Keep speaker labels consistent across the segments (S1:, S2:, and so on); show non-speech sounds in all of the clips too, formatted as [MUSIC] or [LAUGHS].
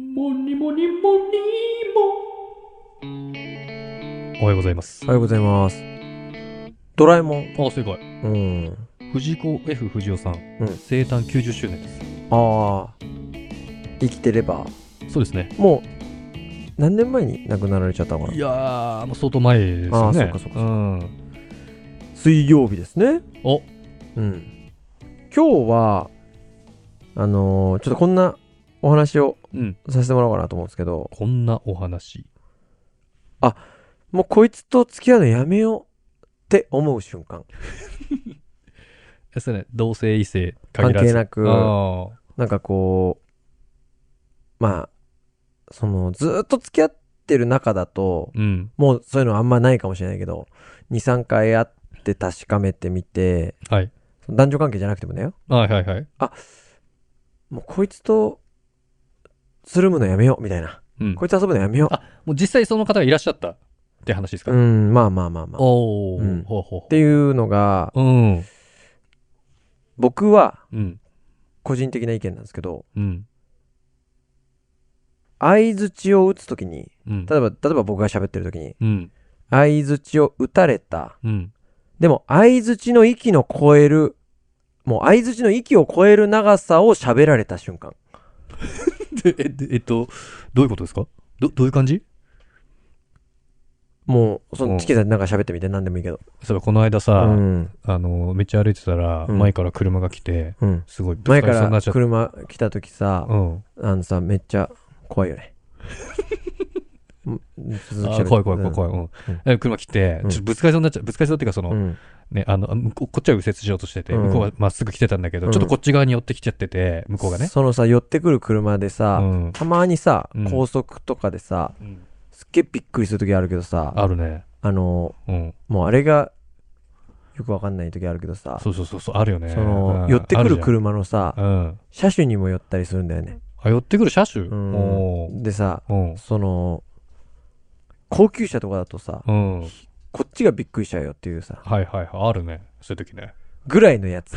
S1: もにもにもにも
S2: おはようございます。
S3: おはようございます。ドラえもん。
S2: あ、正解。
S3: うん。
S2: 藤子 F 不二雄さん、
S3: うん
S2: 生誕90周年です。
S3: ああ。生きてれば。
S2: そうですね。
S3: もう、何年前に亡くなられちゃったのか
S2: い
S3: な
S2: やー、もう相当前ですよね。
S3: あーそっかそっかそっか
S2: うん。
S3: 水曜日ですね。
S2: お、
S3: うん。今日は、あのーちょっとこんなお話を
S2: うん。
S3: させてもらおうかなと思うんですけど、
S2: こんなお話。
S3: もうこいつと付き合うのやめようって思う瞬間。
S2: ですね。同性異性
S3: 関
S2: 限らず。
S3: 係なく、
S2: あー
S3: なんかこう、まあ、その、ずーっと付き合ってる中だと、
S2: うん。
S3: もうそういうのあんまないかもしれないけど、2、3回会って確かめてみて、
S2: はい。
S3: 男女関係じゃなくてもだよ。
S2: はいはいはい。
S3: もうこいつと、つるむのやめよう、みたいな。
S2: うん。
S3: こいつ遊ぶのやめよ
S2: あもう実際その方がいらっしゃったって話です
S3: う。
S2: か、
S3: うん、まあまあまあまあ。っ
S2: おー、
S3: うん
S2: ほうほうほ
S3: ていうのが、
S2: う。うん。
S3: 僕は、
S2: うん。
S3: 個人的な意見なんですけど、
S2: うん。
S3: 相づちを打つときに、
S2: うん。
S3: 例えば、例えば僕が喋ってるときに、
S2: うん。
S3: 相づちを打たれた。
S2: うん。
S3: でも、相づちの域の超える、もう相づちの域を超える長さを喋られた瞬間。
S2: でえでえっと、どういうことですかど、どういう感じ
S3: もう、そ
S2: うん
S3: の、チキさんなんか喋ってみて、何でもいいけど。
S2: そういえばこの間さ、
S3: うん。
S2: あの、道歩いてたら、
S3: うん
S2: 前から車が来て、
S3: うん。
S2: すごい、
S3: 前
S2: ぶつ
S3: か
S2: りそうにな
S3: ら
S2: っちゃった。
S3: 車来た時さ、
S2: うん。
S3: あのさ、めっちゃ怖い
S2: [LAUGHS]
S3: よね。うん続き
S2: あ
S3: 喋る
S2: ー怖い怖い怖い怖い。うんえ車来て
S3: う、ん
S2: ちょっとぶつかりそうになっちゃう。ぶつかりそうっていうか、その、
S3: うん。うん
S2: ね、あの、あ向こうこっちは右折しようとしてて、
S3: うん
S2: 向こうはまっすぐ来てたんだけど、
S3: うん
S2: ちょっとこっち側に寄ってきちゃってて、向こうがね。
S3: そのさ、寄ってくる車で
S2: う
S3: さ、
S2: ん。
S3: たまにさ
S2: うん、
S3: 高速とかでさ、
S2: うん
S3: すっげえびっくりする時あるけどさ、
S2: あるね。
S3: あの、
S2: うん。
S3: もうあれが、よくわかんない時あるけどさ、
S2: そうそうそうそう、あるよね。
S3: その
S2: う、ん
S3: 寄ってくる。
S2: あじ
S3: 車のさ
S2: ゃ、んうん。
S3: 車種にも寄ったりするんだよね。
S2: あ、寄ってくる車種
S3: うん
S2: お
S3: でさ、
S2: ーうん。
S3: その、高級車とかだとさ、
S2: うん。はい
S3: こっちがびっくりしちゃうよっていうさ、
S2: はいはい。あるね。そういう時ね。
S3: ぐらいのや
S2: [LAUGHS]
S3: つ。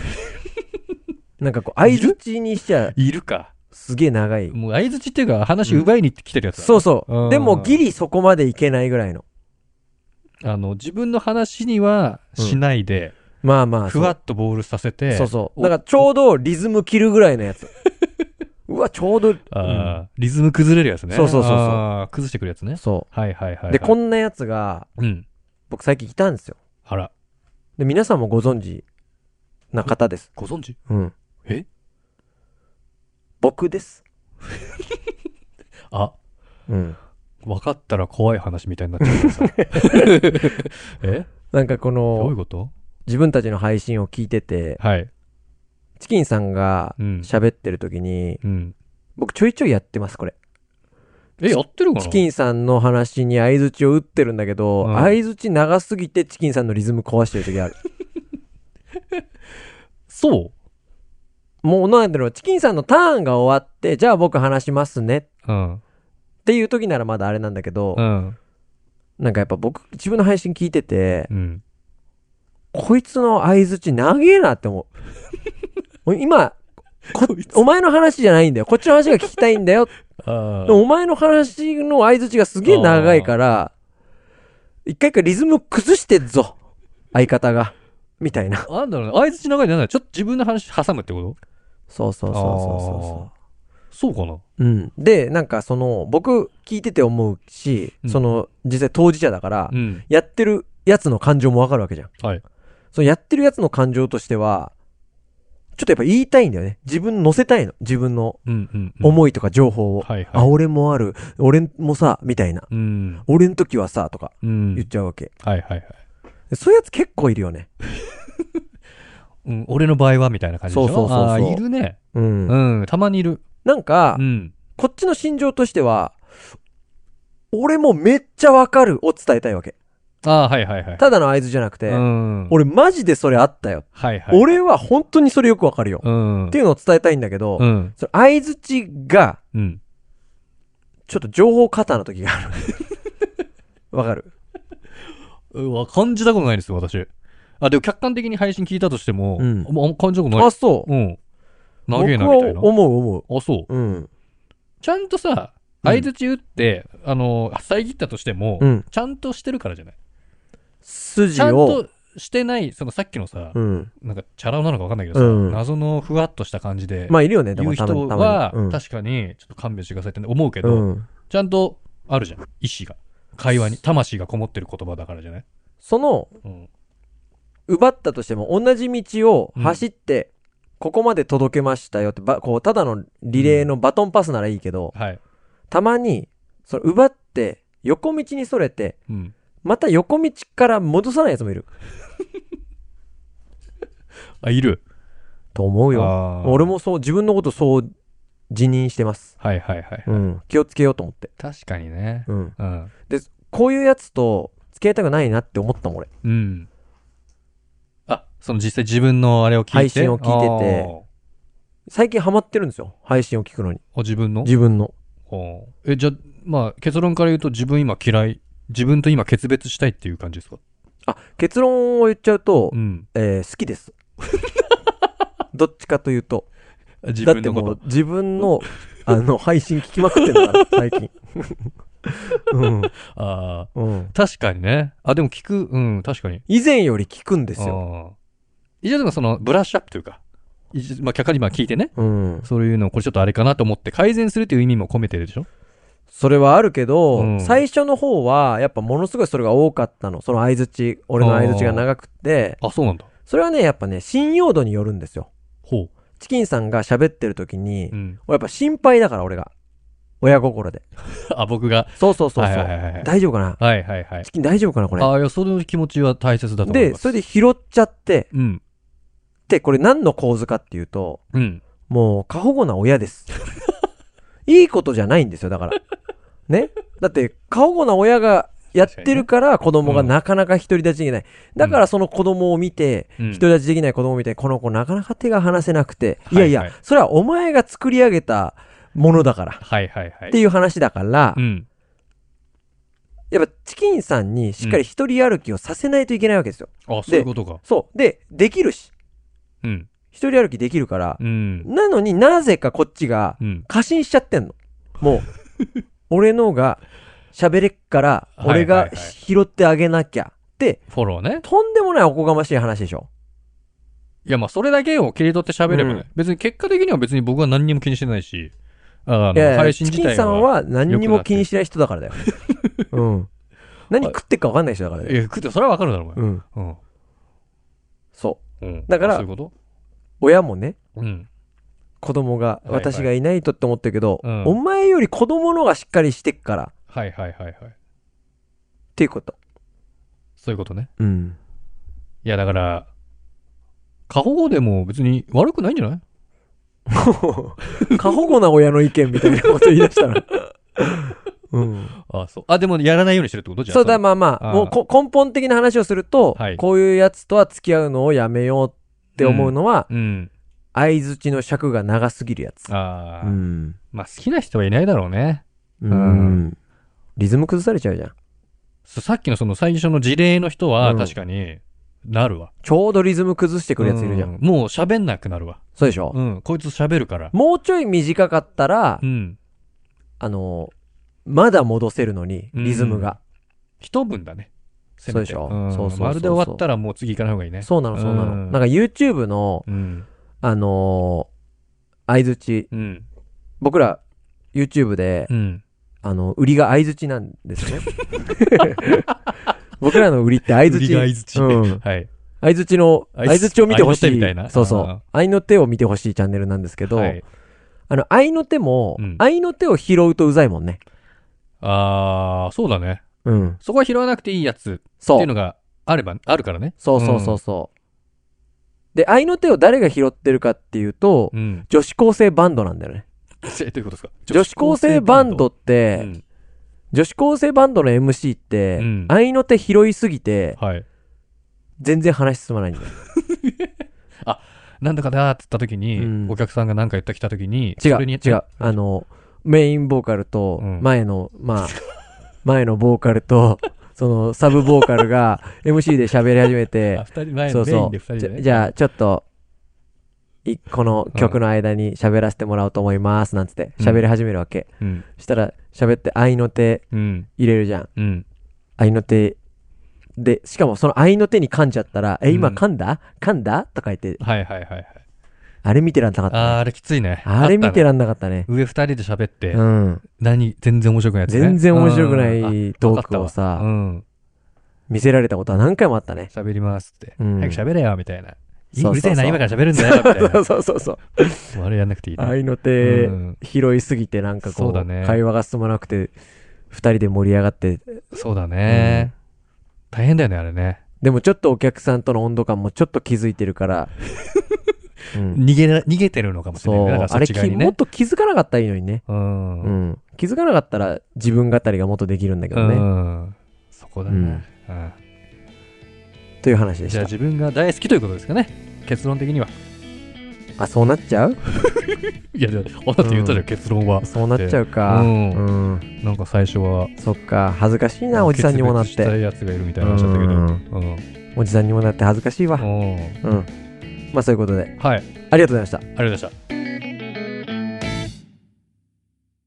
S3: なんかこう、相づちにしちゃ
S2: いるか。
S3: すげえ長い。
S2: もう相づちっていうか、話奪いに来てるやつだ
S3: そうそ
S2: うん
S3: う。でもギリそこまでいけないぐらいの。
S2: あの、自分の話にはしないで、
S3: まあまあ。
S2: ふわっとボールさせて、
S3: そうそうそう。
S2: お
S3: だからちょうどリズム切るぐらいのや
S2: [LAUGHS]
S3: つ。うわ、ちょうど、うん
S2: あーリズム崩れるやつね。
S3: そうそうそうそう
S2: あー崩してくるやつね。
S3: そ
S2: はいはいはい、は
S3: う。
S2: い。
S3: で、こんなやつが、
S2: うん。
S3: 僕最近いたんですよ。
S2: あら、
S3: で、皆さんもご存知な方です。
S2: ご存知
S3: うん。
S2: え
S3: 僕です。
S2: あ、
S3: うん。
S2: 分かったら怖い話みたいになっちゃう
S3: [LAUGHS]
S2: からさ。え
S3: なんかこ
S2: どういう
S3: の、
S2: こと
S3: 自分たちの配信を聞いてて、
S2: はい。
S3: チキンさんが
S2: うん。
S3: 喋ってる時に、
S2: うん。
S3: 僕ちょいちょいやってます、これ。
S2: え、やってるかな
S3: チキンさんの話に相づちを打ってるんだけど、
S2: うん
S3: 相づち長すぎてチキンさんのリズム壊してる時ある。
S2: そう
S3: もうなんだろう、チキンさんのターンが終わって、じゃあ僕話しますねっ
S2: うん。
S3: ていう時ならまだあれなんだけど
S2: う、ん。
S3: なんかやっぱ僕、自分の配信聞いてて、
S2: うん。
S3: こいつの相づち長えなって思う。お今、
S2: [LAUGHS]
S3: こお前の話じゃないんだよ。こっちの話が聞きたいんだよ。
S2: あ
S3: でもお前の話の相づちがすげえ長いから、一回一回リズム崩してっぞ。相方が。みたいな。
S2: あ。なんだろうね。相づち長いんじゃないちょっと自分の話挟むってこ
S3: そうそうそうそうそ
S2: とそうかな
S3: う。うん。で、なんかその、僕聞いてて思うし、
S2: うん
S3: その、実際当事者だから、
S2: うん。
S3: やってるやつの感情もわかるわけじゃん。
S2: はい。
S3: そのやってるやつの感情としては、ちょっとやっぱ言いたいんだよね。自分乗せたいの。自分の
S2: うんうん、うん。
S3: 思いとか情報を。
S2: はい
S3: あ、
S2: はい。
S3: 俺もある。俺もさ、みたいな。
S2: うん。
S3: 俺の時はさ、とか
S2: うん。
S3: 言っちゃうわけ。
S2: はいはいはい。
S3: でそういうやつ結構いるよね。
S2: うん、俺の場合はみたいな感じでしょ
S3: そうそうそうそう
S2: あーいるね。
S3: うん。
S2: うん、たまにいる。
S3: なんか、
S2: うん。
S3: こっちの心情としては、俺もめっちゃわかるを伝えたいわけ。
S2: ああー、はいはいはい。
S3: ただの合図じゃなくて、
S2: うん。
S3: 俺マジでそれあったよ。
S2: はいはい。、
S3: 俺は本当にそれよくわかるよ。
S2: うん。
S3: っていうのを伝えたいんだけど、
S2: うん。
S3: その合図値が、
S2: うん。
S3: ちょっと情報過多な時があ
S2: [LAUGHS]
S3: る。わかる
S2: うわ、感じたことないですよ、私。あ、でも客観的に配信聞いたとしても、
S3: うん
S2: もうあんま感じたことない
S3: あ、。そう。
S2: うん。
S3: 僕
S2: 長えな、みたいな
S3: は。思う思う。
S2: あ、そう。
S3: うん。
S2: ちゃんとさ、
S3: うん
S2: 相づち打って、あの、遮ったとしても、
S3: うん
S2: ちゃんとしてるからじゃない。ち
S3: 筋
S2: ゃん
S3: を、
S2: としてない、そのさっきのさ、
S3: うん。
S2: なんかチャラ男なのか分かんないけどさ、
S3: うん
S2: 謎のふわっとした感じで、
S3: まあ、いるよね、で
S2: 言う
S3: もたま
S2: 人
S3: に、たま
S2: は、
S3: に。うん
S2: 確かに、ちょっと勘弁してくださいって思うけど、
S3: うん。
S2: ちゃんとあるじゃん。意志が。会話に、魂がこもってる言葉だからじゃない
S3: その、
S2: うん。
S3: 奪ったとしても、同じ道を走って、ここまで届けましたよって、ばこう、ただのリレーのバトンパスならいいけど、
S2: はい。
S3: たまに、その、奪って、横道にそれて、
S2: うん。
S3: また横道から戻さないやつもいる。
S2: あ、いる。
S3: と思うよ。
S2: あー
S3: 俺。もそう、自分のことそう、辞任してます。
S2: はいはいはい。
S3: うん。気をつけようと思って。
S2: 確かにね。
S3: うん。
S2: うん。
S3: こういうやつと、付き合いたくないなって思ったもん、俺。
S2: うん。あ、その実際自分のあれを聞いて。
S3: 配信を聞いてて最近ハマってるんですよ。配信を聞くのに。
S2: あー。あ、自分の
S3: 自分の。
S2: あーえ、じゃあ、まあ、結論から言うと自分今嫌い。自分と今決別したいっていう感じですか
S3: あ、結論を言っちゃうと、
S2: うん。
S3: えー好きです。 [LAUGHS] どっちかというと。
S2: 自
S3: だっ
S2: 分
S3: て
S2: のこ
S3: も
S2: と
S3: う。自分の、あの、配信聞きまくってんだ
S2: [LAUGHS]
S3: から、最近。 [LAUGHS] うん、
S2: ああ。
S3: うん。
S2: 確かにね。あ、でも聞く。うん、確かに。
S3: 以前より聞くんですよ。
S2: よ。一応でもそのブラッシュアップというか、一応まあ客観にまあ聞いてね、
S3: うん。
S2: そういうのをこれちょっとあれかなと思って改善するという意味も込めてるでしょ
S3: それはあるけど、
S2: うん
S3: 最初の方は、やっぱものすごいそれが多かったの。その相づち、俺の相づちが長くって、
S2: あ、そうなんだ。
S3: それはね、やっぱね、信用度によるんですよ。
S2: ほ
S3: チキンさんが喋ってる時に、
S2: う。うん。
S3: 俺やっぱ心配だから、俺が。親心で。
S2: [LAUGHS] あ、僕が。
S3: そうそうそうそう。
S2: はいはいはいはい
S3: 大丈夫かな
S2: はいはいはい
S3: チ。キン大丈夫かなこれ。
S2: あいや、その気持ちは大切だと思い
S3: で、
S2: ます。
S3: それで拾っちゃって、
S2: で、うん。
S3: で、これ何の構図かっていうと、
S2: うん。
S3: もう過保護な
S2: [LAUGHS]
S3: 親です。いいことじゃないんですよ、だから。ね。だって、過保護な親がやってるから子供がなかなか独り立ちできない。だからその子供を見て、
S2: うん
S3: 独り立ちできない子供を見て、この子なかなか手が離せなくて、
S2: はい
S3: いやい
S2: はい
S3: や、それはお前が作り上げたものだから。
S2: はいはいは
S3: っ
S2: い
S3: て。いう話だから
S2: う、ん。
S3: やっぱチキンさんにしっかり一人歩きをさせないといけないわけですよ。
S2: あ、そういうことか。
S3: そう。で、できるし。
S2: うん。
S3: 一人歩きできるから、
S2: うん。
S3: なのになぜかこっちが
S2: うん。
S3: 過信しちゃってんの。もう、
S2: [LAUGHS]
S3: 俺のが喋れっから、
S2: はいはいはい
S3: 俺が拾ってあげなきゃって、
S2: フォローね。
S3: とんでもないおこがましい話でしょ。
S2: いや、まあ、それだけを切り取って喋ればね。
S3: うん
S2: 別に結果的には別に僕は何にも気にしてないし、あの、
S3: いやいや、
S2: 配信
S3: チ
S2: 自
S3: キン
S2: 体
S3: さん
S2: は。
S3: は何にも気にしない人だからだよ。うん。何食ってっか分かんない人だから
S2: い
S3: ね。
S2: や、食って、それはわかるだろ、お前。
S3: うん。
S2: うん。
S3: そう。
S2: うん。
S3: だから
S2: そういうこと
S3: 親もね、
S2: うん。
S3: 子供が、
S2: はいはい
S3: 私がいないとって思ってるけど、
S2: うん
S3: お前より子供のがしっかりしてっから、っ
S2: はいはいはいはい。
S3: ていうこと。
S2: そういうことね。
S3: うん。
S2: いや、だから、過保護でも別に悪くないんじゃない
S3: [LAUGHS] 過保護な親の意見みたいなこと言い出したら。うん。
S2: あ、そう。あ、でもやらないようにしてるってことじゃあ
S3: [LAUGHS] そうだ、まあま
S2: あ
S3: あ、
S2: ー
S3: もうこ根本的な話をすると、
S2: はい
S3: こういうやつとは付き合うのをやめようって思うのは、
S2: うん。
S3: 相づちの尺が長すぎるやつ。
S2: ああ、
S3: うん。
S2: まあ好きな人はいないだろうね。
S3: うん。リズム崩されちゃうじゃん。
S2: そうさっきのその最初の事例の人
S3: う
S2: は
S3: ん
S2: 確かに、なるわ。
S3: ちょうどリズム崩してくるやついるじゃん。
S2: うもう喋んなくなるわ。
S3: そうでしょ、
S2: うん。こいつ喋るから。
S3: もうちょい短かったら、
S2: うん。
S3: あのーまだ戻せるのに、
S2: うん
S3: リズムが。
S2: 一分だね。せめて
S3: そうでしょ
S2: ん
S3: そうそうそうそう
S2: まるで終わったらもう次行かない方がいいね。
S3: そうなの、そうなの。
S2: うん
S3: なんか YouTube の、
S2: うん。
S3: あのー、相づち、
S2: うん。
S3: 僕ら YouTube で、
S2: うん。
S3: あの、売りが相づちなんで
S2: [LAUGHS]
S3: すね。僕らの売りって相づ
S2: 売り
S3: ち。
S2: が相槌
S3: うん。
S2: [LAUGHS] はい。
S3: 相づちの、
S2: 相
S3: 相
S2: 槌
S3: づちを見てほし
S2: 相の手
S3: い。
S2: みたいな
S3: そうそ
S2: あー
S3: う。相の手を見てほしいチャンネルなんですけど、
S2: はい、
S3: あの、相の手も、
S2: うん
S3: 相の手を拾うとうざいもんね。
S2: ああ、そうだね。
S3: うん。
S2: そこは拾わなくていいやつっ
S3: そ
S2: ていう
S3: う。
S2: のがあれば、あるからね。
S3: そうそうそうそう。で、相の手を誰が拾ってるかっていうと、 [LAUGHS]
S2: うん。
S3: 女子高生バンドなんだよね。
S2: えどういうことですか
S3: 女子高生バンドっ
S2: う
S3: て、
S2: ん。
S3: 女子高生バンドの MC っ
S2: う
S3: て
S2: ん、
S3: 相の手拾いすぎて、
S2: はい。
S3: 全然話進まないんだよ。
S2: なんだかなーって言った時に、
S3: うん
S2: お客さんが何か言ってきた時に、
S3: 違、
S2: そうれに
S3: 違う。あの、メインボーカルと
S2: うん、
S3: 前の、まあ、前のボーカル
S2: [LAUGHS]
S3: と、その、サブボーカルが MC で喋り始め
S2: [LAUGHS]
S3: て
S2: あ、二人前
S3: そ
S2: の
S3: う
S2: メイ
S3: そ
S2: ンで二人
S3: う。じ
S2: で
S3: ゃ
S2: ね。
S3: じゃあ、ちょっと、一個の曲の間に喋らせてもらおうと思います、なんつって、喋り始めるわけ。
S2: うん。
S3: したら、喋って愛の手
S2: うん。
S3: 入れるじゃん。
S2: うん。
S3: 愛の手で、しかもその愛の手に噛んじゃったら、え、今
S2: うん
S3: 噛んだ噛んだとか言って、
S2: はいはいはいはい。
S3: あれ見てらんなかっ
S2: あ
S3: た
S2: ー
S3: ね。
S2: あれきついね。
S3: あれ見て
S2: あっ
S3: らんなかったね
S2: た。ね上二人で喋って、
S3: うん。
S2: 何、全然面白くないやつね。
S3: 全然面白くな
S2: うん
S3: いトークを
S2: あう
S3: さ、
S2: ん。
S3: 見せられたことは何回もあったね。
S2: 喋りますって。
S3: うん
S2: 早く喋れよ、みたいな。い
S3: そうそうそう
S2: うるせえな、今から喋るんだよ、みたいな。
S3: [LAUGHS] そうそうそう。
S2: あれやんなくていいな。
S3: 愛の
S2: う
S3: 手
S2: ん。
S3: 拾いすぎてなんかこ
S2: そう
S3: う、
S2: だね
S3: 会話が進まなくて、二人で盛り上がって、
S2: そうだね。大変だよね、あれね。
S3: でもちょっとお客さんとの温度感もちょっと気づいて
S2: [LAUGHS]
S3: るから、うん
S2: 逃げな、逃げてるのかもしれない
S3: そう、
S2: ね。だからそ
S3: あ
S2: っ
S3: れ
S2: ち側
S3: き
S2: に
S3: もっ
S2: ね。
S3: と気づかなかったらいいのにね。
S2: うん。
S3: う
S2: うん
S3: ん。気づかなかったら自分語りがもっとできるんだけどね。
S2: そこだね。うん
S3: という話で
S2: じゃあ
S3: し
S2: 自分が大好きということですかね結論的には
S3: た。あ、そうなっちゃう
S2: いやでもあなた言ったじゃん、
S3: うん
S2: 結論は
S3: そうなっちゃうか。
S2: う
S3: うんん。
S2: なんか最初は
S3: そっか。恥ずかしいな、おじさんにもなっ
S2: 決別した
S3: て。
S2: いやつがいるみたいな話だったけど
S3: う
S2: うんん、
S3: おじさんにもなって恥ずかしいわ。
S2: うん
S3: うん。まあそういうことで、
S2: はいありが
S3: ありがとうございました。
S2: とうございました